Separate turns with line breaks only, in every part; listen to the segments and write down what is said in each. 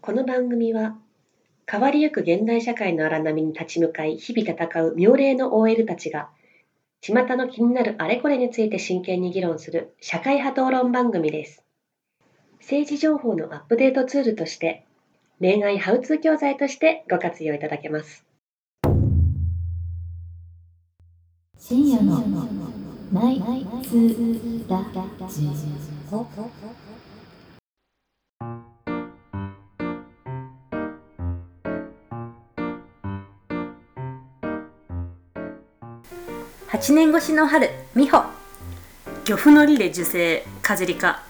この番組は変わりゆく現代社会の荒波に立ち向かい日々戦う妙齢の OL たちが巷の気になるあれこれについて真剣に議論する社会派討論番組です政治情報のアップデートツールとして恋愛ハウツー教材としてご活用いただけます
深夜のナイツラジオ
8年越しの春美穂
漁夫の利で受精かじりか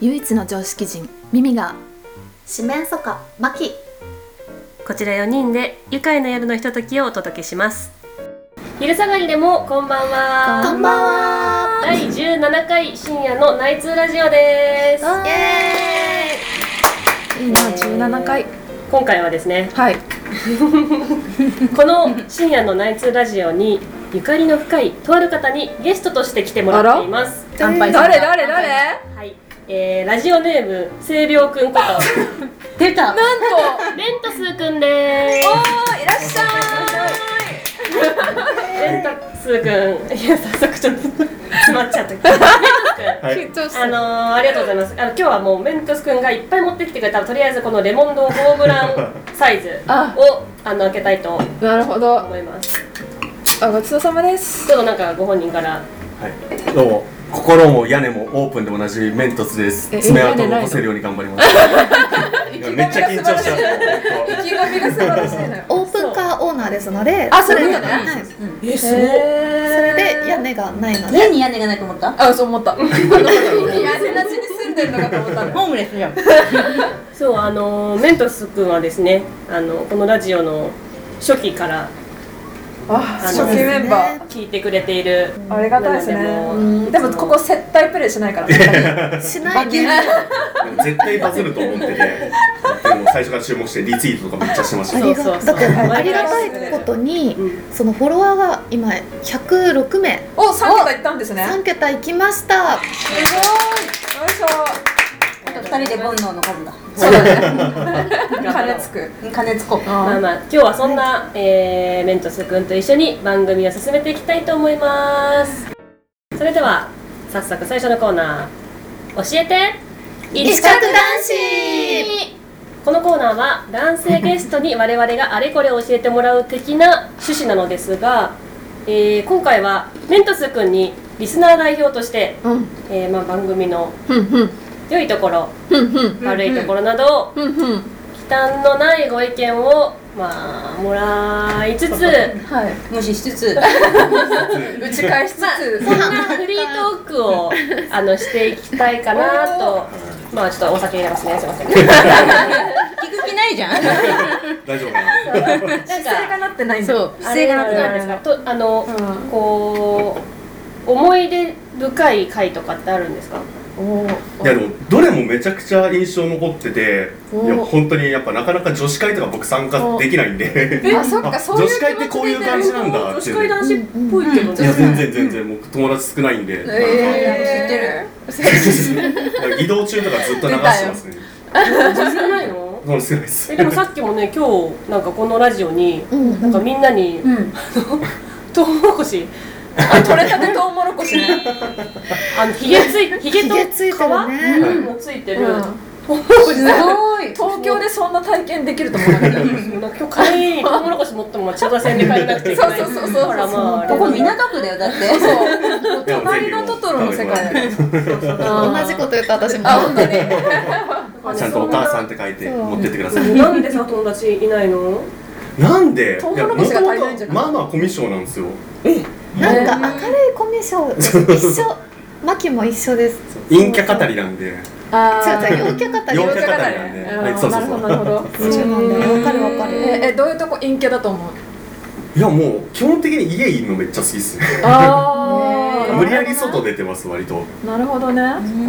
唯一の常識人ミミが
四面楚歌マキ
こちら4人で愉快な夜のひとときをお届けします昼下がりでもこんばんは
こんばんは
第17回深夜の内通ラジオです
イエ
いいな17回
今回はですね
はい
この深夜の内通ラジオにゆかりの深いとある方にゲストとして来てもらっています
乾杯
誰
誰誰
はい、えー、ラジオネーム清涼くんこと
ーイ出た
なんと
レンタスーくんです
おーいらっしゃ
レンタスーくんいや早速ちょっと詰まっちゃった
い緊張し
あ
て
のー、ありがとうございます。あの今日はもうメントス君がいっぱい持ってきてくれたとりあえずこのレモンドーブランサイズ
あ
をあの開けたいと
なるほどあ
思います。
ごちそうさまです
ちょっとなんかご本人から
はい、どうも心も屋根もオープンでおなじみメントスです
え
爪痕を残せるように頑張りますいやめっちゃ緊張した
意気込みが素晴らしいのよ
オープンカーオーナーですので
あそれいいよね
はい
えす
それ
へ
で屋根がないので
家に屋根がないと思った
あそう思った屋根なしに住んでるのかと思った
ホームレスじゃん
そうあのー、メントス君はですねあのこのラジオの初期から
あ
あ
初
の
期メンバー
聞いてくれている
ありがたいです
な
ね
の
でもここ接待プレイしないから
しないで
絶対バズると思ってて、でも最初から注目してリツイートとかめっちゃしてまし
あ
た
り
そうそう
が
そう
だって
はい
ありがたいことに
うん
そのフォロワーが今106名
お三3桁いったんですね
3桁いきました
すごいよいしょ
あと2人で煩悩の数だ
そうだね金つく
金つこう
まあまあ今日はそんな、えーメントス君と一緒に番組を進めていきたいと思いますそれでは早速最初のコーナー教えて
一角男子
このコーナーは男性ゲストに我々があれこれ教えてもらう的な趣旨なのですが、えー今回はメントス君にリスナー代表として、
うん
えーまあ、番組の
ふんふん
良いところ
ふんふん
悪いところなどを
ふんふん
忌憚のないご意見をまあもらいつつ
はい
無視しつつ
打ち返しつつ
そんなフリートークをあのしていきたいかな とまあちょっとお酒入れますねすいません
聞く気ないじゃんう
大丈夫かな
なん
姿勢
か
がなってないんだよ
あれなんですかとあの、こう思い出深い回とかってあるんですか
おー
いやでもどれもめちゃくちゃ印象残ってて
お
いや本当にやっぱなかなか女子会とか僕参加できないんで
あそっか
あ
そういう
女子会ってこういう感じなんだっていうい
子っぽいけど
や全然全然僕友達少ないんで、
え
なんか移動中とかずっと流してますね
女性ないの
そう少ないです
えでもさっきもね今日なんかこのラジオに
うん
なんかみんなに
ん
トウモロコシ
知ってる取れたてトウモロコシね
あのひげついひげと
ひげついてるね
皮うんもついてる、
うん
トウモロコシ
すごい東京でそんな体験できると思わなかっ
今日帰りにトウモロコシ持っても千代田線で帰らなくちゃいけない
そうそうそうそう
からまあ
こ
な
こ港区だよだっ
た
て
隣のトトロの世界だよ
同じこと言った私も
あ本当に
ちゃんとお母さんって書いて持ってってください。
なんでさ友達いないの
なんで、
トウモロコシが足りないんじゃない
いや元々まあまあコミュ障なんですよ。
なんか明るいコミュ障です一緒マキも一緒です
陰キャ語りなんで、
あ
違う違う陽キャ方
陽
よ
キャ語りなんで、はい、そう
な
そ
るほ
うそ
どなるほ
う。
ど
そうなんだよわかるわかる
えどういうとこ陰キャだと思う
いやもう基本的に家いるのめっちゃ好きっすね。
あー
無理やり外出てます割と
なるほどね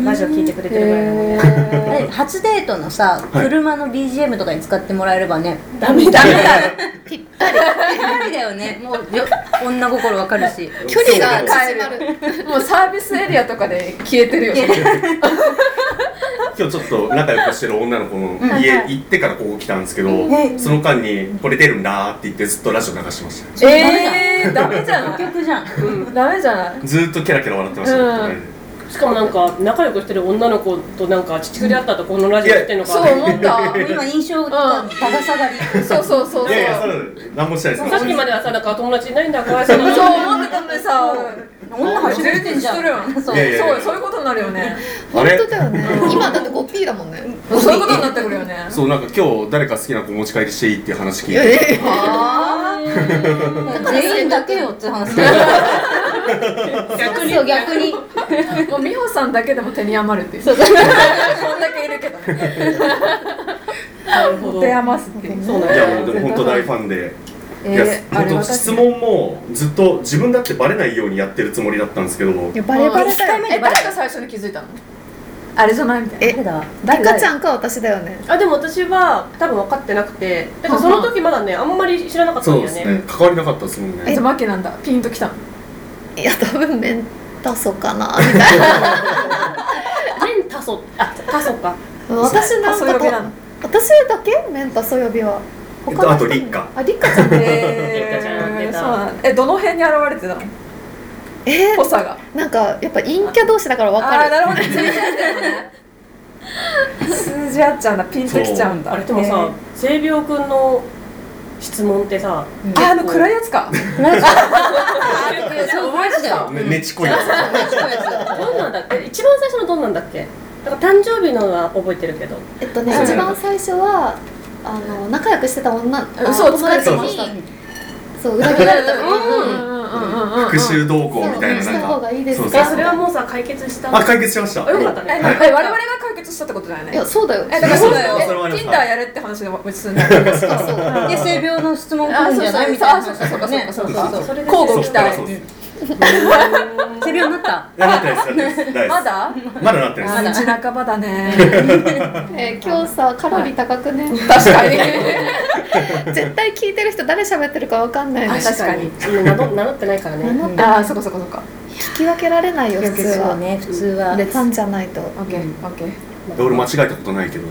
ラジオ聞いてくれてるぐらいなので
へ
あ
ー
れ初デートのさ
はい
車の BGM とかに使ってもらえればね
ダメだ
ぴったりぴったりだよねもうよ女心わかるし
距離が
帰るもうサービスエリアとかで消えてるよね
今日ちょっと仲良くしてる女の子の家行ってからここ来たんですけど、その間に「これ出るんだ」って言ってずっとラジオ流してました
えーダメじゃ
結
ん
局じゃん
ダメじゃない
ずーっとキャラキャラ笑ってました、
うん
隣で
しかもなんか仲良くしてる女の子となんか父で会ったとこのラジオやってんの
そ
かな
う思った
今印象が
うん
だだ下がり
そうそうそうそう
いやいや、それ、何もしてないです。
さっきまではさなんか友達いないんだかわいそうだな
そう思ってたのにさ
女走れてんじゃん
充実してる
そう
いやいや
そうそういうことになるよね
あ
本当
れ、
だよね今だって 5P だもんね
もうそういうことになってくるよね
そう、なんか、今日、誰か好きな子持ち帰りしていいっていう話聞いて。
あ
全員だけよって話
逆に
そう逆に
ーもう美穂さんだけでも手に余るっていう
そう
こんだけいるけどね
なるほど
手余すっていう
そうなん
い
だ
や、もう、でも、本当大ファンで。いや、
えーあ
本
れ
当、
私
質問も、ずっと、自分だってバレないようにやってるつもりだったんですけど。
いやバレバレだよ
え誰が最初に気づいたのあれじゃないみたいな
え
誰だ
リカちゃんか私だよね
あでも私は多分分かってなくてだからその時まだねあんまり知らなかったん
そう
だ
で
よ
す
ね
ね。関わりなかったですもん
え
ね
じゃ。あマキなんだピンときたの
いや多分メンタソかなみたいな
全タソあタソか
私なん
そういう
かと
わけなの
私だけメンタソ呼びは
えっ
他の人
とあと、
も
リッカ。
あリカちゃん
リカちゃん
え
出
ー
た
そうなんだえどの辺に現れてたの
え
濃さが
ー、なんかやっぱ陰キャ同士だから分
ああー
かる
なるほど通じ合っちゃうのね通じ合っちゃうんだピンときちゃうんだ
あれでも
へ
さ性病くんの質問ってさ
ーああの暗いやつか
そう覚えてたよ
ね、ねちこいやつ。
どんなんだっけ一番最初のどんなんだっけなんか誕生日のは覚えてるけど
えっとね
うん
一番最初はあの仲良くしてた女あ
嘘をつ
友
かれ
達
て
に
ました
そう裏切られた
うんうん
時に
うんうんうん
復讐動向みたいな、
そう
な
し
ん
た方
か。
がいいです
そう
か
そう
えそれはもうさ解決した
あ、解決しました。
あよかった
え
ね
え我々が解決したってことだよ
いや
ね
そうだよ
えだからそうだよ
そうそうそれはありま す
Tinder やれって話で落ち着んだよね
確かそう
で性病の質問来
あ
るん
そ
じ
う
ゃない
そう
みたいな
そうそうそうそう
ね
そうそう
そう
そう
それで
交互期
そうだ
待
そうですいやなってないです、なってないです大丈夫で
性病になった
す。
まだ
まだなってない
ま
で
だ
す。
半ばだね
えー今日さカロリー高くね、
確かに
絶対聞いてる人誰喋ってるかわかんないね
確かに
うん名乗名乗ってないからね
名乗って
ああそこそこそこ
聞き分けられないよ普通は、
ね普通は
でファンじゃないと
OK OK
で俺間違えたことないけどね、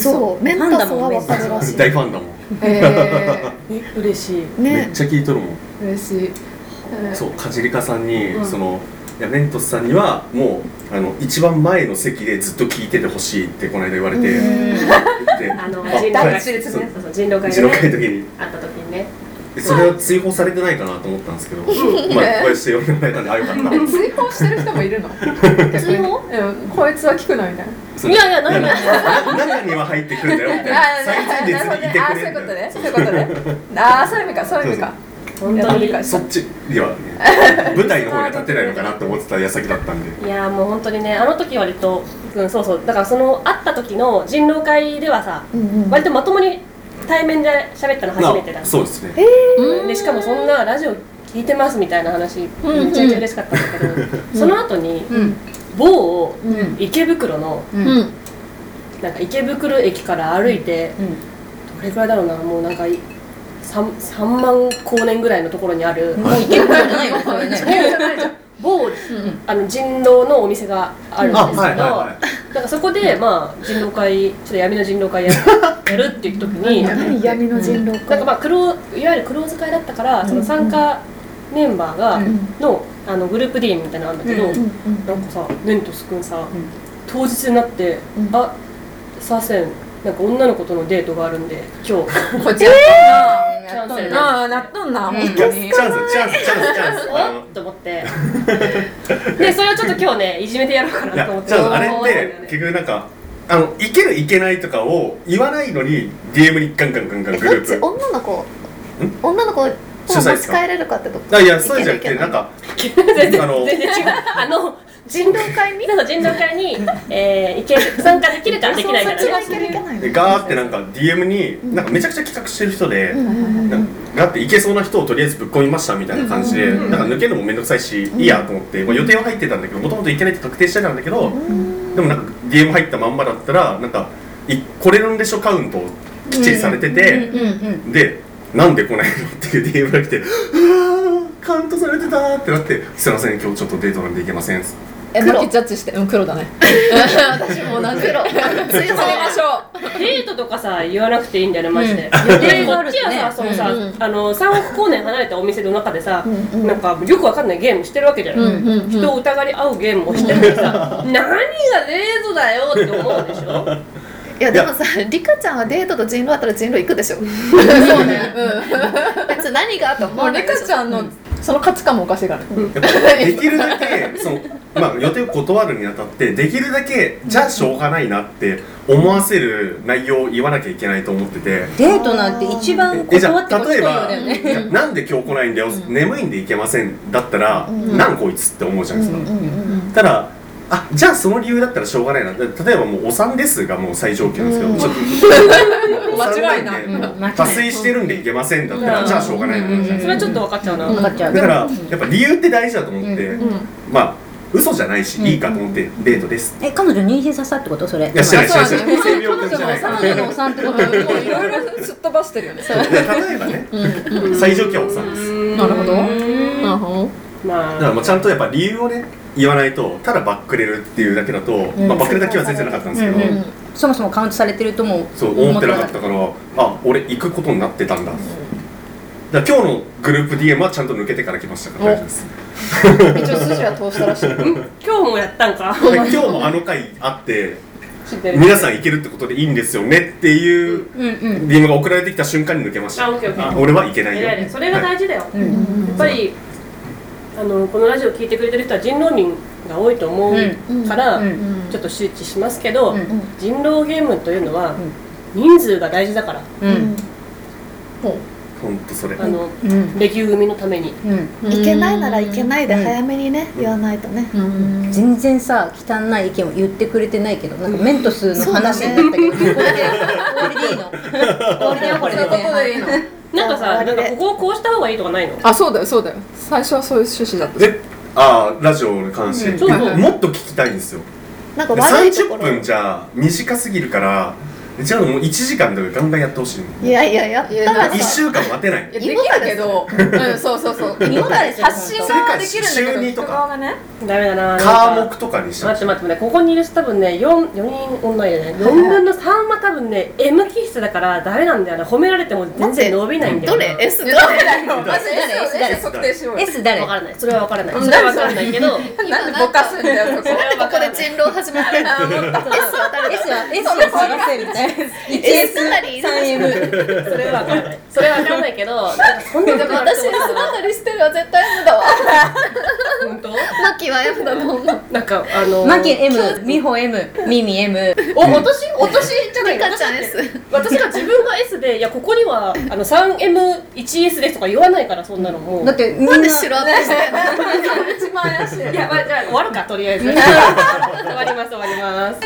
そうメンタソはわかるらし
大ファンだもん。
え
え嬉しい
い
めっ
ね
ちゃ聞いとるもん。
ー嬉しいうん
そうカジリカさんに、
うん
そのいやメントスさんにはもうあの一番前の席でずっと聞いててほしいってこの間言われて、で
あの
あ
人狼
は
会
い
そう
そう
そう人狼会
うち
で
の会の
ね
時に
会った時にね
でそれは追放されてないかなと思ったんですけど、まあこうして呼んでもらえたんであよかった。
追放してる人もいるの
追放
うんこいつは聞くなみたいな
そ
いうやいやない
い
ない
や中には入ってくるんだよみたいな。最前列にいて
あ
く
そうい
れ
う
み
こ
た
と
い
ねそういうことねああそういう意味かそういう意味か
本
や
当に
理解
そっちでは、ね、舞台の方には立てないのかなって思ってた矢先だったんで。
いやーもう本当にねあの時割と、うん、そうそうだからその会った時の人狼会ではさ
うんうん
割とまともに対面で喋ったの初めて
まあ
だった
そうですね。
でしかもそんなラジオ聞いてますみたいな話めちゃめちゃ嬉しかったんだけど、その後に
うん
某
うん
池袋の
うん
うん
なんか池袋駅から歩いてどれくらいだろうなもうなんか 3, 三万光年ぐらいのところにある
もういけることじゃないよこれね
某あの人狼のお店があるんですけど、
はいはいはい。
なんかそこで、まあ、人狼会ちょっと闇の人狼会やるやるっていう時になん
何闇の人狼か、
かまあクローいわゆるクローズ会だったからその参加メンバーがのあのグループ D みたいなのあるんだけど、
うん
うん
なんかさネントスくんさ、
ん
当日になって「
うん
あさせんなんか女の子とのデートがあるんで今日
こっちや
やっとん
っ
な
なあなっとんな
うん
本
いや
当
チャン
に
ス、チャンス、チャンス、チャンス。あの
おっ!」と思ってでそれをちょっと今日ねいじめてやろうか
い
な
や
と思って
じゃああれって結局なんかあのいけるいけないとかを言わないのに DM にガンガンガンガン
え
グ
どっ
ル
ち
ープ
女の子女の子と
主催
持
で
ち
す
帰
か
れるかってこと
あいやそうじゃなくて
いけ
なんか
全然
あの
全然違うあの人狼会にそう人狼会に、えー、いける参加できるかできないか
そっち
ら
がい
ね
けるいけないの
でガーってなんか DM になんかめちゃくちゃ企画してる人で
うんうんうん
なんかがあっていけそうな人をとりあえずぶっ込みましたみたいな感じで、なんか抜けるのも面倒くさいし、いいやと思って、まあ、予定は入ってたんだけどもともと行けないって確定してたんだけど、でもなんか DM 入ったまんまだったらなんかい来れるんでしょカウントをきっちりされてて、でなんで来ないのっていう DM が来て「うわーカウントされてた」ってなって「すいません今日ちょっとデートなんで行けません」
え、マキジャッジして、うん、黒だね。 私も同じ。
黒。追
そ
放
れましょう。
デートとかさ言わなくていいんだよねマジで、
予定が
こ
あ
っ
る
ち
とね
はさそのさ、
う
あの3億光年離れたお店の中でさ、
んうん
なんかよくわかんないゲームしてるわけじゃない、
うんうんうん
人を疑い合うゲームをしてるけどさ 何がデートだよって思うでしょ
いやでもさリカちゃんはデートと人狼あったら人狼行くでしょ
そうね。
別に何があった
う
も
ん。もう、リカちゃんの、その価値観もおかしいからね。
やっぱできるだけその、まあ、予定を断るにあたってできるだけじゃあしょうがないなって思わせる内容を言わなきゃいけないと思ってて。
デートなんて一番
えじゃ
断って
あ
こ
例
い
え
よ
ば
だよね。
「なんで今日来ないんだよ、眠いんで行けません」だったら「なんこいつ」って思うじゃないですか、ただあじゃあその理由だったらしょうがないな例えばもうお産ですがもう最上級なんですけど、ちょっと
間違いない
お産んで
うん間違いない
破水してるんでいけませんだったら、
うん
じゃあしょうがないな、
うん
それはちょっと分かっちゃうな、
分かっちゃう。
だからやっぱ理由って大事だと思って、まあ嘘じゃないし、いいかと思ってデートです
え彼女妊娠させたってことそれ
いやしてないしてないし
そう
て
だね
ない性病じゃない
彼
彼女のお産ってこと
もういろいろすっ飛ばしてるよね。
例えばね、最上級はお産です
なるほど。なるほど。
ま
だ
あ
からまあちゃんとやっぱ理由をね言わないとただバックれるっていうだけだと、まあ、バックれだけは全然なかったんですけど、
うんうんそもそもカウントされてるとも
そう思ってなかった
た
からあ俺行くことになってたんだ、だから今日のグループ DM はちゃんと抜けてから来ましたから大丈夫で
一
す
応筋は通したらしい。
今日もやったんか
で今日もあの回あって
知ってる
皆さん行けるってことでいいんですよねっていう
うんうん
DM が送られてきた瞬間に抜けました
あオッケーオッケー
あ俺は行けないよ
偉いねそれが
はい
大事だよ、
ん
やっぱりあのこのラジオ聞いてくれてる人は人狼人が多いと思うから、
うん
ちょっと周知しますけど、
うん
人狼ゲームというのは、
ん
人数が大事だから、
うん
ほんとそれ
あの
うん
レギュー組のために
うん
いけないならいけないで早めにね言わないとね
全然さ汚い意見を言ってくれてないけどなんかメントスの話になったけど、これでこれでいいのこれでよこれでね
でいいの。
なんかさ
あ
なんかここをこうした方がいいとかないの
あ、そうだよ、そうだよ。最初はそういう趣旨だった。
であーラジオに関して、
うん
そうそう
もっと聞きたいんですよ
なんか悪いところ
30分じゃ短すぎるからじゃあもう1時間とかガンガンやってほしいの
いやいややったら
いや
1週間待てない
いやできるけど、うん、そうそうそう。
胃もたれする
発信はできるんだけど。
週二とか
人がね。
ダメだななん
科
か
目とかにした
待って待って待ってここにいる人多分ね 4, 四人女いるね4分の3は多分ね M 気質だからダメなんだよね褒められても全然伸びないんだよ
ど
な
れ S どれ
マジで
S 誰
S 測定しようよ。
S 誰
わからないそれはわからないそれはわからないけど
なんでぼかすんだよ、そこ。
ここで人狼始まってる S は誰
S は S を探せみたいな
S なり
1S3M
それはわからないそれはわからないけどなんかそんなことある
私
と思
は
っ
そ
たら
のなりしてるわ絶対 M だわ
本当
マキは M だと思う
なんかあのー
マキ M ミホ M ミミ M
お私私じゃない
リカちゃん S
私が自分が S でいやここにはあの 3M1S ですとか言わないからそんなのもう
だってみん
なんで
な
白頭してんの
一番怪しい。
いや、まあ、じゃあ終わるかとりあえず終わります終わります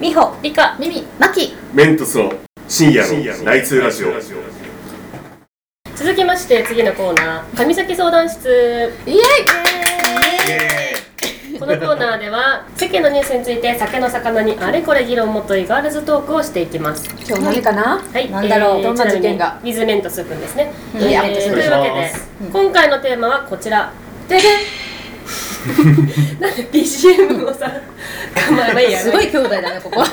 ミホ
理科
マキ
メントスの深夜の内通ラジオ
続きまして次のコーナー神崎相談室このコーナーでは世間のニュースについて酒の魚にあれこれ議論もといガールズトークをしていきます
今日何かな
はい、
なんだろうどんな
ちみ
事
に
件が
ウィズメントスー君ですね、
うん
えー
いやメントスー
と
君
いうわけ
お願い
で
します、
今回のテーマはこちらででん なんで BGM をさ構えばいいや
すごい兄弟だねここ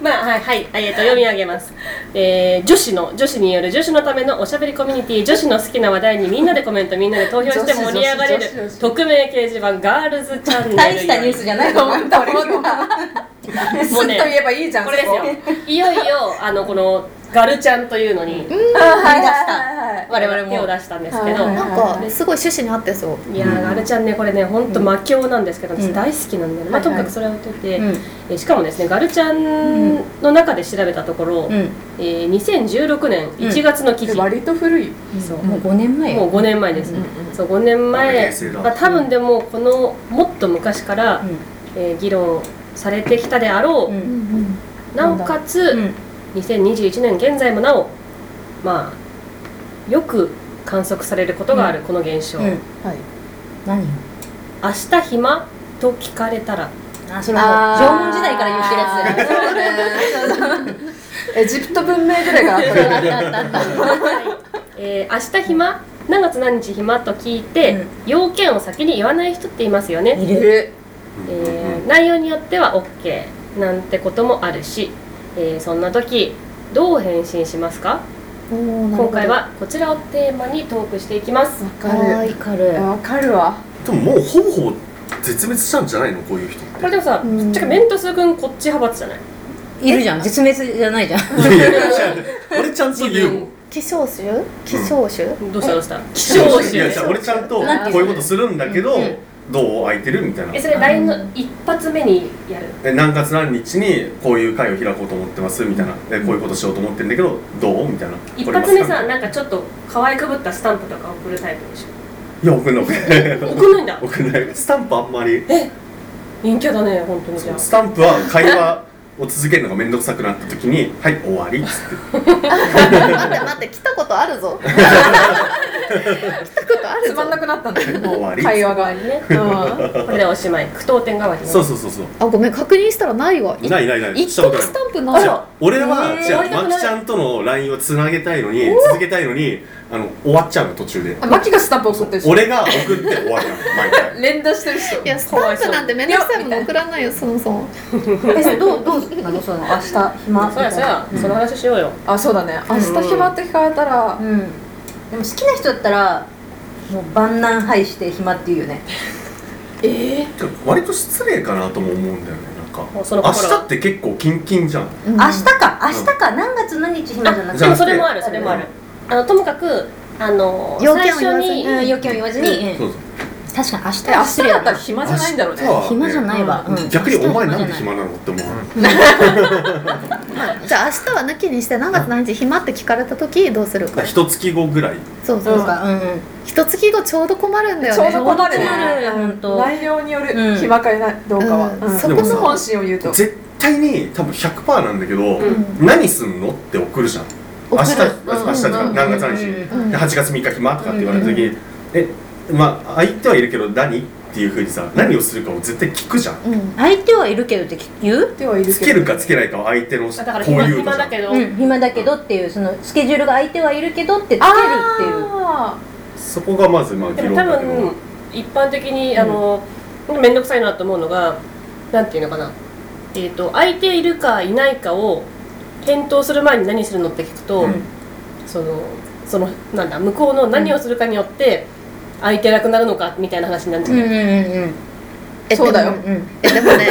まあはいはい、えー、と読み上げます、えー女子の女子による女子のためのおしゃべりコミュニティ女子の好きな話題にみんなでコメントみんなで投票して盛り上がれ
女子女
る
子
匿名掲示板ガールズチャンネル
大したニュースじゃないと思った
思った。すっと言えばいいじゃん。
これです
そ
よいよいよあのこのガルちゃんというのに
はいはいはい。
我々
手を
も
出したんですけど、
はい
なんかすごい趣旨に合ってそう
いやー、ガルちゃんね、これね、本当魔境なんですけど、私大好きなんだよね、まあ、とにかくそれは置いといて、
うん
えーしかもですね、ガルちゃんの中で調べたところ、
うん
えー2016年1月の記事、
割と古い。
そう
もう5年前
も
よ
う5年前です、そう5年前
平成、だ
まあ、多分でもこのもっと昔から、
ん
えー議論されてきたであろう、
うん
なおかつ、
うん
2021年現在もなおまあよく観測されることがあるこの現象、
うん
はい
何よ
明日暇と聞かれたら
あそれもう
あー
縄文時代から言ってるやつだよ
エジプト文明ぐらいからあった
そう
ね
あったあったあった
えー明日暇何月何日暇と聞いて、
うん
要件を先に言わない人っていますよね、
いる
えー内容によっては OK なんてこともあるし、えーそんな時どう返信しますか今回はこちらをテーマにトークしていきます
わか
わかる
るわかるわ
でももうほぼほぼ絶滅したんじゃないのこ ういう人って
これでもさ、ぶっちゃけメントス君こっち派閥じゃない
いるじゃん絶滅じゃないじゃん
いやいや違う俺ちゃんと言うもん
希少種希少種、
どうしたどうした
希少種いや違う俺ちゃんとこういうことするんだけど
うん
どう空いてるみたいな
えそれ LINE の一発目にやる
え何月何日にこういう会を開こうと思ってますみたいなえこういうことしようと思ってるんだけどどうみたいな
一発目さ
これ
なんかちょっと可愛くぶったスタンプとか送るタイプでし
い
ょ
や送ん ない
送んないんだ
送んないスタンプあんまり
陰キャだね本当にじゃあ
スタンプは会話を続けるのが面倒くさくなった時に 「はい終わ り」っつって
待って待って来たことあるぞ来たことある
つまん
ぞ
なくなったんだけ
終わ
ど
り
会話が
ね
うん
これでおしまい句読点代わりね
そうそうそうそう
あごめん確認したらないわい
ないないない
一
したこ
徳
とない
スタンプない
じゃあ俺は
えー
じゃあ
終わりたくない
まきちゃんとの LINE をつなげたいのに続けたいのにあの終わっちゃうの途中で
あマキがスタンプ送ってるし
俺が送って終わるの毎回
連打してる人
いやスタンプなんてめんどくさいもの送らないよそもそも
えそれどうどうなのその明日暇
そうやそうや、
うん
その話しようよ
あそうだね明日暇って聞かれたら
うんでも好きな人だったらもう万難廃して暇って言うよね
割と失礼かなとも思うんだよねなんか
もうそ
明
の心
日って結構キンキンじゃん
明日か明日か何月何日暇じゃなく
じ
で
ゃ
も
なく
そ
て
れもあるそれもあるあのともかくあの
要
最
件を
初
言わずに
に
うん要件を言わずに、うん
そうそう
確かに明日
え明
は
日
失礼
だ
だ
ったら
な
暇じゃないんだろうね
明日は
暇じゃないわ、うん
逆にお前なんで暇なのって思う
じゃあ明日は抜きにして何月何日暇って聞かれた時どうする
だか
から
一月後ぐらい
そう
そ
そうう、
かうんうん
一月後ちょうど困るんだ
ちょう
よね
ど困るね
ほんと
内容によ
う
る
ん
暇かいなどうかは、
うん
うん
そ
この
でもさ本心を言うと
絶対に多分100%なんだけど、
う
何すんのって送るじゃん明日明日とか何月何日、で8月3日暇とかって言われた時に、えまあ相手はいるけど何っていうふうにさ何をするかを絶対聞くじゃん、
うん
相手はいるけどって言う、
手はいる
つけるかつけないかは相手のこ
あだから
う
暇
いう
暇だけど、
うん、暇だけどっていうそのスケジュールが相手はいるけどってつける
あ
っていう
あ
そこがまずまあ
で
議
も
論
多
だけど、
分一般的にあの、面倒くさいなと思うのがなんていうのかなえっ、と相手いるかいないかを返答する前に何するのって聞くと、
うん
そのそのなんだ向こうの何をするかによって相手なくなるのかみたいな話になるんじゃ
うん
ない、
うんうん
え
そうだよ
うんうん
でもね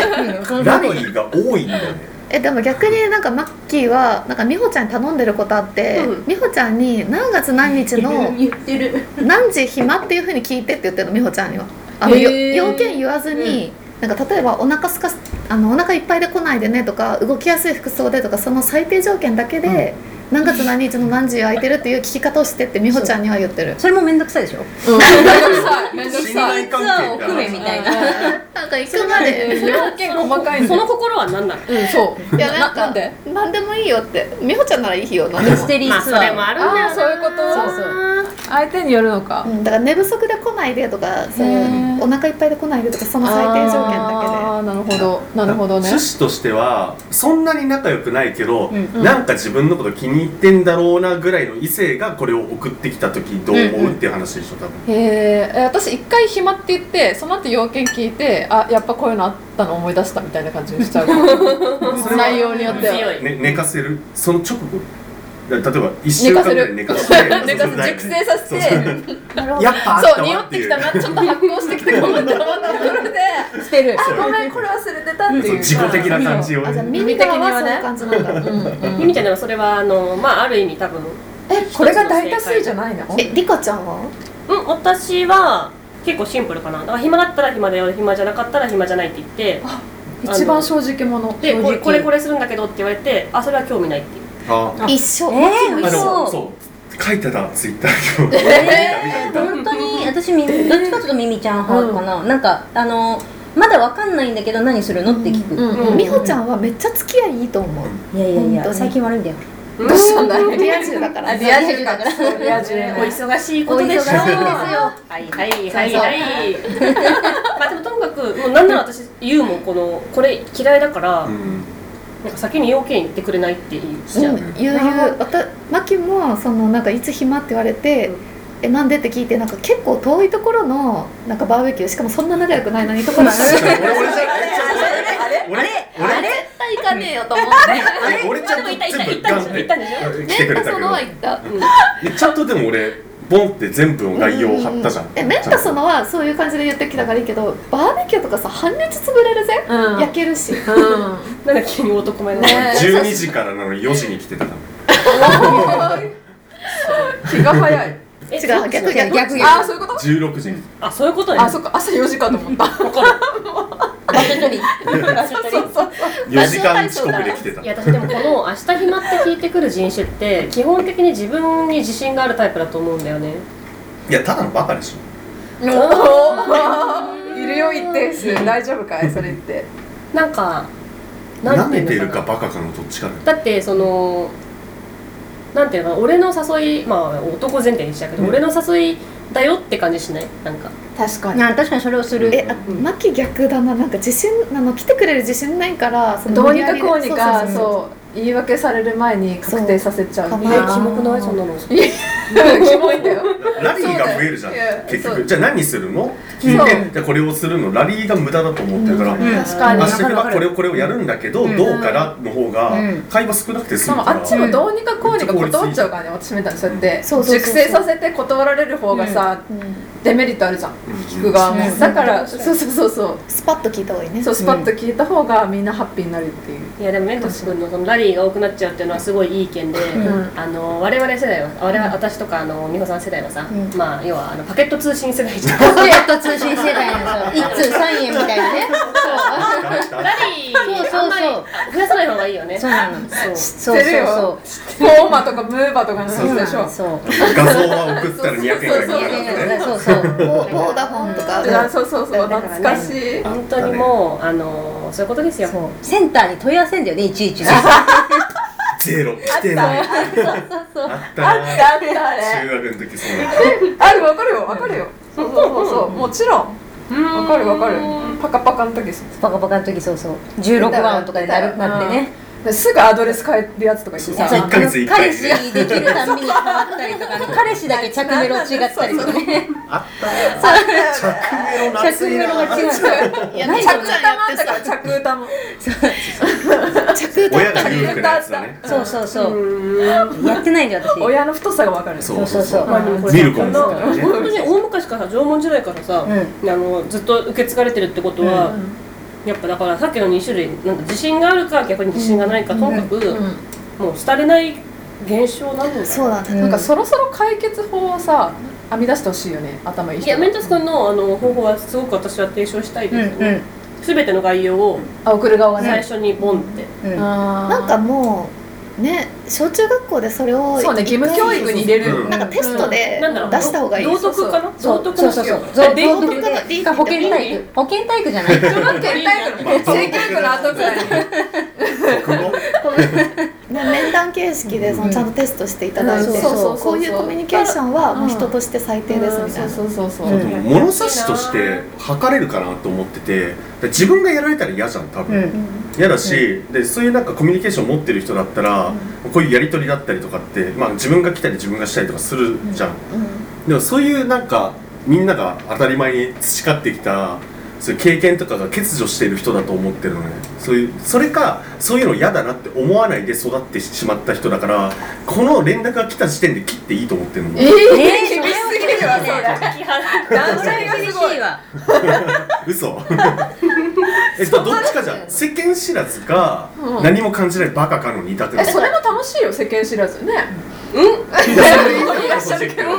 ラブリーが多いんだよね
えでも逆になんかマッキーはなんか美穂ちゃんに頼んでることあって、
うん
美穂ちゃんに何月何日の
言ってる
何時暇っていうふうに聞いてって言ってるの美穂ちゃんにはあの、
へ
よ
ー
要件言わずに、なんか例えばお腹すかすあのお腹いっぱいで来ないでねとか動きやすい服装でとかその最低条件だけで、何月何日の何時空いてるっていう聞き方をしてって美穂ちゃんには言ってる
それもめんどくさいでしょ
めんどく
信
さい
頼関係
含めみ
が
たい な
なんか行くま で
要件細かい
そ
ね
の心は何なの
うんそ
いやなんか
ななんで
何でもいいよって美穂ちゃんならいいよ何で
ミ
も
ステリ
ま
ー
あそ
ツア
れ
ー、
もあるんだよな
あーそういうこと
そうそう
う相手によるのか
うん、だから寝不足で来ないでとかそう
へ
いう
ー
お腹いっぱいで来ないでとかその最低条件だ
あーなるほどなるほどね
趣旨としてはそんなに仲良くないけど、
うん
うん
なんか自分のこと気に入ってんだろうなぐらいの異性がこれを送ってきた時どう思うっていう話でしょ多分、
へええ私一回暇って言ってその後要件聞いてあやっぱこういうのあったの思い出したみたいな感じにしちゃうか も内容によっては
強い
ね、寝かせるその直後だ例えば1週間ぐらい寝かせて
寝かせ熟成させて
そうそう やっぱあった
そう匂
わ
っ
っ
てて
い
き
う
たなちょっと発酵してきてごめんなそれ で
捨てる
ごめんこれ忘れてたって
そう
いう
自己的な感じを
けであじゃあ
ね
耳からはそういう感じなんだ、
うん
みたいなのそれはあのまあある意味多分
えこれが大多数じゃないの
えリカちゃんは
うん私は結構シンプルかなだから暇だったら暇だよ暇じゃなかったら暇じゃないって言って
一番正直者
でこれこれこれするんだけどって言われてあそれは興味ないって言う
あ
一緒、
えー
あ
美
の
味しそう
そう書いてたツイッター今日、見た見た見た
本当に私みどっちかというとミミちゃん派かな、なんかあのまだわかんないんだけど何するのって聞く、
うん
美穂ちゃんはめっちゃ付き合いいいと思う
いやいやい
本当
や
に
最近悪いんだよ
うん
どうしたんだい
リア充だから
リア充だから
リア充お忙しいことでしょう。はいはいはいはい。 まあでもともかくもうなんなら私言うもんこのこれ嫌いだから、なんか先に要件言ってくれないって言うじゃん。
うん言う言うわたマキもそのなんかいつ暇って言われて、
うん
えなんでって聞いてなんか結構遠いところのなんかバーベキューしかもそんな仲良くないのにところ
俺
あれ絶対行かねえよと思って
俺俺ちゃんと
行った行った
全部ガン
行ったん
っ
でしょ
て
行ったんでしょ。
来てくれた
そ
け
の
ど
は行った
ちゃんとでも俺ボンって全部の概要を貼ったじゃん
えメンタソのはそういう感じで言ってきたからいいけどバーベキューとかさ半日潰れるぜ、
うん
焼けるし
うん
なんか急に男前なの。
ね
12時からなのに4時に来てたから
気が早い
え
違う逆逆
逆
ああそういうこと
16時に
あそういうことね。
あそっか朝4時間と思った
わかる。
場所取り
4時間遅刻で来てた
いや私でもこの「明日暇」って聞いてくる人種って基本的に自分に自信があるタイプだと思うんだよね
いやただのバカでし
いるよ一定数大丈夫かいそれって
なんか
ょ舐め
うの
て
かな
るかバカかのどっちかだよ
だってそのなんていうのかな俺の誘いまあ男前提にしたけど、
うん
俺の誘いだよって感じしないなんか
確か
な確かにそれをする
えあマキ逆だななんか自信あの来てくれる自信ないからその
どうにかこうにか
無理やりでそうそうそう
そう言い訳される前に確定させちゃう
そう
う
か
ん
ま
え
あ
キモくないそん なの
キモいんだよ
ラリーが増えるじゃん
そうだよいや
結
そ
局
う
じゃあ何するのって聞いてじゃあこれをするのラリーが無駄だと思ってるから、
ん
確かに
明日はこれをこれをやるんだけど、
うん
どうからの方が
うん
会話少なくて済
で
む
も
か
あ
ら、
っちもどうにかこうにか断っちゃうからね私みたいにそうやって
そうそうそう
熟成させて断られる方がさ
うん
デメリットあるじゃん
うん
聞く側
う
も
ん
だからそうそうそうそう
スパッと聞いた方がいいね
そうスパッと聞いた方がみんなハッピーになるっていう
いやでもメントス君のそのラリーが多くなっちゃうっていうのはすごいいい意見で、
ん
あの我々世代は我々私とかあの美穂さん世代はさ、
うん
まあ要はあのパケット通信世代じゃん
パケット通信世代のそう一通三円みたいなね
ラリー
そうそうそう
あんまり増やさない方がいいよね
そうなの
そう
そうそう
知ってる
そ
よ
う
フォーマとかムーバとかの話でしょ
そう
画像は送ったら200円くらいかか
いや
るん
いやい
だ
や
ね
そうそう
ボボーダフォンとか、
あそうそうそう
だ
懐
からね
かしい
本当にもうあのそういうことですよ
そうセンターに問い合わせんだよねいちいちね
ゼロ来てないあった
あった
な
あったあれ
中学の時そうだった
あでも分かるよ分かるよそうそうそうそうもちろん分
わ
かる分かるパカパカの時です
パカパカの時そうそう16番とかでなるなってね
すぐアドレス変えるやつとかいる
そう
一ヶ月一回
彼氏できるたんびに変わったりとかね彼氏だけ着メロ違ったりとかね
あったな着メロ
着メロ
懐
が違う
いや
着
ない
歌
よね
もあったから着歌も
着
親が裕福なやつだね
そうそうそうやってないんだよ私
親の太さが分かる
そ
そうそうそう
まあでもこれ
ミルコンですからね
本当に大昔からさ縄文時代からさ、
う
あのずっと受け継がれてるってことは、やっぱだからさっきの2種類なんか自信があるか逆に自信がないか、ともかく、もう廃れない現象なんです
そうだね、
なんかそろそろ解決法をさ編み出してほしいよね頭いい
いや
人
メントス君のあの方法はすごく私は提唱したいですよ
うん
ね、全ての概要を
あ送る側が
最
ね
初にボンって、
な
なんかもうね小中学校でそれを
そうね義務教育に入れる
うん
なんかテストで
なんだろう
出した方がいい、
道徳かな
そう
道
そ
徳の
うそうそう
そう
道
道徳
徳で
倫理
保健体育保健体育じ ゃない
小学園タイプの政権区の後ぐらい
国語
ね面談形式でそのちゃんとテストしていただいて、
うんそうそうそう
こういうコミュニケーションはもう人として最低ですみたいな、
そうそうそうそう
う
で
ん
も物差しとして測れるかなと思ってて自分がやられたら嫌じゃん多
う
分、
ん
嫌だし、でそういうなんかコミュニケーション持ってる人だったら、こういうやり取りだったりとかって、まあ、自分が来たり自分がしたりとかするじゃん、でもそういうなんかみんなが当たり前に培ってきたそういう経験とかが欠如している人だと思ってるのねそういうそれかそういうの嫌だなって思わないで育ってしまった人だからこの連絡が来た時点で切っていいと思ってるの、
え
え
ー
ー
厳しすぎるわそれ
男性が厳しいわ
嘘えっとどっちかじゃん世間知らずか、
うん
何も感じないバカかの二択な
え
の
それも楽しいよ世間知らずね
いやそれいいらっしゃるけど、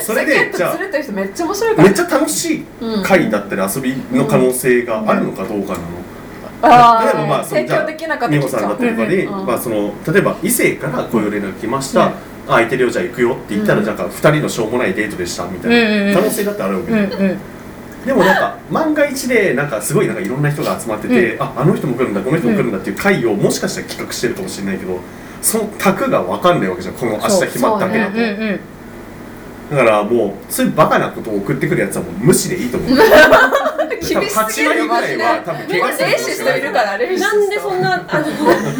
それ
世間
で
と
じゃ
ず
あ
れてる人めっちゃ面白いか
め
ら
っちゃ楽しい会だったり遊びの可能性があるのかどうかなの、例えばま
あ
あ
あ
その
提
じゃ
供
あ
できなかった
美穂さんだったりとかで、
うん
まあ、その例えば異性からこういう連絡来ました、あ空いてるよじゃあ行くよって言ったら、なんか2人のしょうもないデートでしたみたいな可能性だってあるわけ、
うんうん
でもなんか万が一でなんかすごいなんかいろんな人が集まってて、ああの人も来るんだこの人も来るんだっていう会をもしかしたら企画してるかもしれないけどその卓が分かんないわけじゃんこの明日決まっただけだと、
うんうん
だからもうそういうバカなことを送ってくるやつはもう無視でいいと思う多分8割ぐらいは多分怪我する
霊視しているから霊視
なんでそんなあの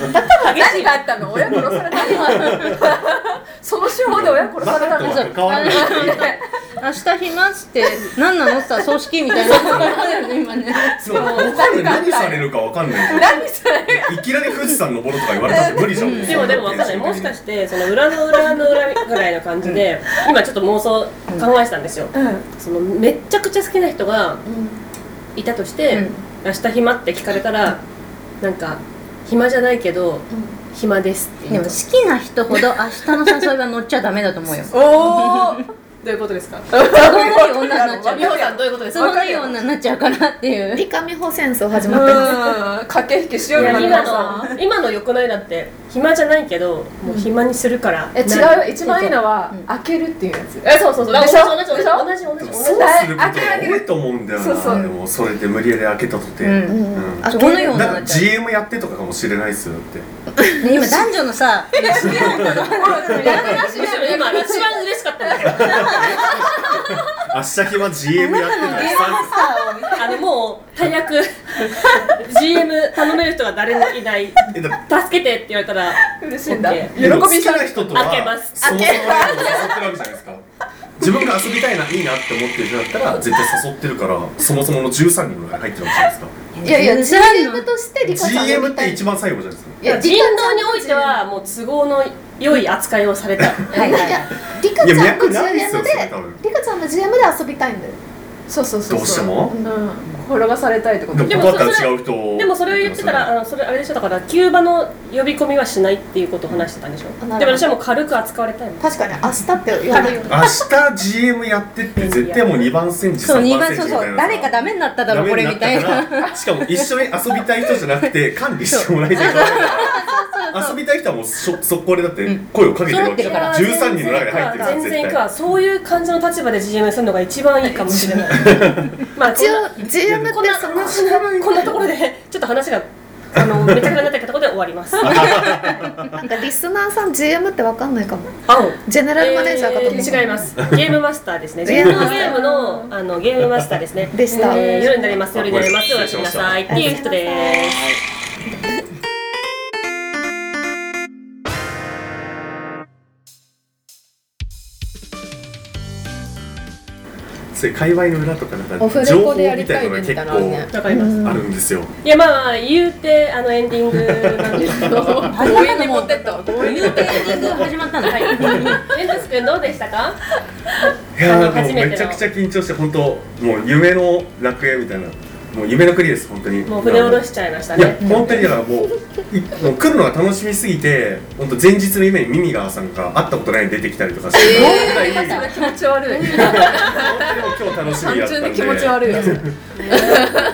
何があったの親殺されたのその手法で親殺されたの
バカとは関わらな い
明日暇って何なのって言ったら葬式みたいな感じだよね今ね
そう僕何されるか分かんない
何それ
いきなり富士山登るとか言われたら無理じゃん
でもでもわかんないもしかしてその裏の裏の裏ぐらいの感じで、今ちょっと妄想考えてたんですよ、そのめっちゃくちゃ好きな人がいたとして、明日暇って聞かれたらなんか暇じゃないけど、暇ですって
で
言う
も好きな人ほど明日の誘いは乗っちゃダメだと思うよ
おお
どういうことですか
都合のいい女になっちゃう
美穂さんどういうことです
都合のいい女になっちゃうからっていう
理科美穂戦争始まってます
うん駆け引きしようよ
今
な皆さん
の今の良くないだって暇じゃないけどもう暇にするから、
え
な
違う一番いいのは開けるっていうやつ
えそうそうそう
でしょ
同じ同じ
でしょ
同じ同じ同じ
そうすることが多いと思うんだよな
そうそう
でもそれで無理やり開けたとて、
うん
うん
あ
都合のいい女に
なん
な
か
っちゃう
GM やってとかかもしれないっすよだって
ね今男女のさ
むしろ今一番嬉しかったんですよ
明日暇 GM やってたらさ
あのもう 大役 GM 頼める人が誰もいない
えだって
助けてって言われたら
嬉しいんだ
OK
喜
でも好
び
き
さ
な人とは
開けます
そもそも誘ってるわけじゃないですか自分が遊びたいないいなって思ってる人だったら絶対誘ってるからそもそもの13人の中に入ってるわけじゃない
いやいや
譲らんの
GM として理
で
科
す
さ
か
ん
GM って一番最後じゃないですか
いや
人道においてはもう都合の良い扱いをされた
いやリカち
いや
ゃん
脈
の
ないっす
GM で
よそれ多分
リカちゃんの GM で遊びたいんだよ
そうそうそうそう
どうしても
うん転がされたいってこと
でも
も
僕だったら違う人を
でもそれを言ってたらあのそれあれでしょだからキューバの呼び込みはしないっていうことを話してたんでしょ
なるほど
でも私はもう軽く扱われたいもん
確かに明日って言われる
明日 GM やってって絶対もう2番センチ
そう
3
2
番セ
番
ンチみた
そうそ
いな
う誰かダメになっただ
ダ
ろ
メ
こ
に
れ
な
み
ったた
いな
からしかも一緒に遊びたい人じゃなくて管理してもらいたいから遊びたい人はもうそ速攻でだって声をかけてるわけじゃん
いや
13人の中に入ってるから
全然い
絶
くわ
対
そういう感じの立場で GM するのが一番いいかもし れないまあこん
一
な
応 GM って
こんな
その
こんなところでちょっと話があのめちゃくちゃになってきたところで終わります
なんかリスナーさん GM ってわかんないかも
青
ジェネラルマネージャーかと思った
えー違います。ゲームマスターですね。
ゲー
ゲー
ム
ム
マスター
のあのゲームマスターですね。
でした
えー夜になります。夜になります。
あ
お
これ
や
失礼し
すみ
ま
な
した
さいっていう人です。
そういう界隈の裏とかなん
オ
か
フレ
情報
コ
み
でやり
た
た
い
い
のが
ねみ
結
たいなのあるね
構
わかります。
あるんですよ
いやまあ言うてあのエンディングなんで すけど。は
こういうの持ってったわ
言うてエンディング始まったの
い。エンデス君どうでしたか？
いやー
初
でも
めての
めちゃくちゃ緊張して本当もう夢の楽園みたいなもう夢の国です本当に
もう筆下ろしちゃいました
いや
ね。
本当にだからもういもう来るのが楽しみすぎて本当前日の夢にミミガーさんが会ったことないのに出てきたりとかして、
えー気持ち悪い
本当にもう今日楽しみや
単
ったん
純
で
に気持ち 悪いよ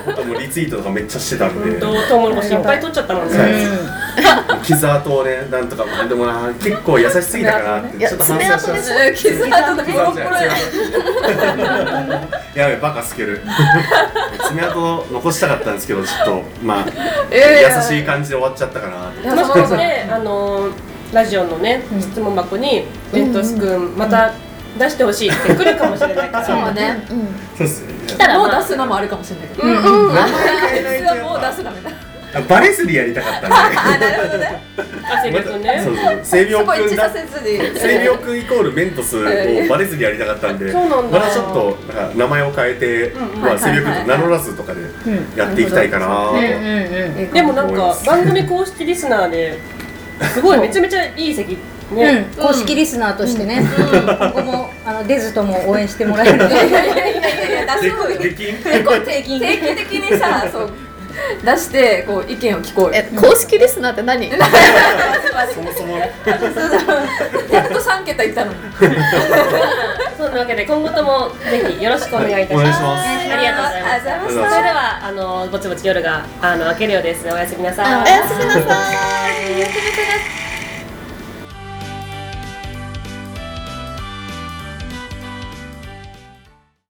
本当もうリツイートとかめっちゃしてたんで
本当トウモロコシいっぱい取っちゃったもんね。
はいキザートをねなんとかまあでもな結構優しすぎたかなってちょっと反省してます
傷跡でボロボロや
やべバカスケる爪痕を残したかったんですけどちょっとまあ、
えー
優しい感じで終わっちゃったかなって
や
もし
そう
かし
そう
てあのラジオのね質問箱にエントス君また出してほしいって来るかもしれないから。
そうね
そうっすね
もう出すのもあるかもしれないけど
うんうん。
実はもう出すなみた いな
バレずにやりたかったんで
あせりくんね。
そうそう性
そ
病
こ一致
君
さ
だ
せずに
性病君イコールメントスをバレずにやりたかったんで
そうなん
ま
だ
だちょっとなんか名前を変えて、
うんうん
まあ、性病君と名乗らずとかでやっていきたいかなと、
でもなん
思いま
か
す
番組公式リスナーですごいめちゃめちゃいい席ね、
うん、公式リスナーとしてね、今後もあの出ずとも応援してもらえるので、
出す
でできん
こう定期定期的にさそう出してこう意見を聞こうよ
え公式リスナーって何
そもそ も
やっと3桁いったのに
そんなわけで今後ともぜひよろしくお願いいた
お
し
願い
ま
し
す、
ます
ありがとうございます
ありがとうございま
ざいまし
したた
それではあのぼちぼち夜があの明けるようですおやすみなさい
おやすみなさい。おやすみなさい。